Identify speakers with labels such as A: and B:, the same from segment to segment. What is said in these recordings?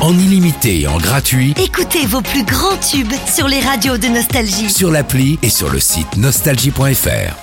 A: en illimité et en gratuit
B: Écoutez vos plus grands tubes sur les radios de Nostalgie.
A: sur l'appli et sur le site nostalgie.fr.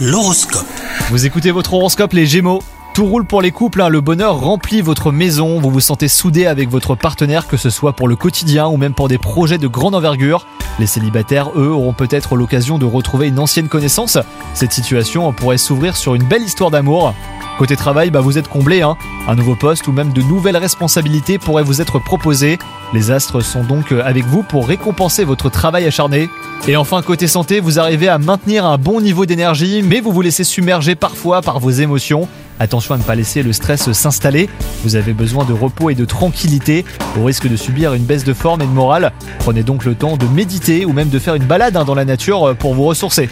C: L'horoscope.
D: Vous écoutez votre horoscope les Gémeaux tout roule pour les couples, hein. le bonheur remplit votre maison, vous vous sentez soudé avec votre partenaire, que ce soit pour le quotidien ou même pour des projets de grande envergure. Les célibataires, eux, auront peut-être l'occasion de retrouver une ancienne connaissance. Cette situation pourrait s'ouvrir sur une belle histoire d'amour. Côté travail, bah, vous êtes comblé, hein. un nouveau poste ou même de nouvelles responsabilités pourraient vous être proposées. Les astres sont donc euh, avec vous pour récompenser votre travail acharné. Et enfin, côté santé, vous arrivez à maintenir un bon niveau d'énergie, mais vous vous laissez submerger parfois par vos émotions. Attention à ne pas laisser le stress s'installer. Vous avez besoin de repos et de tranquillité au risque de subir une baisse de forme et de morale. Prenez donc le temps de méditer ou même de faire une balade hein, dans la nature euh, pour vous ressourcer.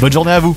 D: Bonne journée à vous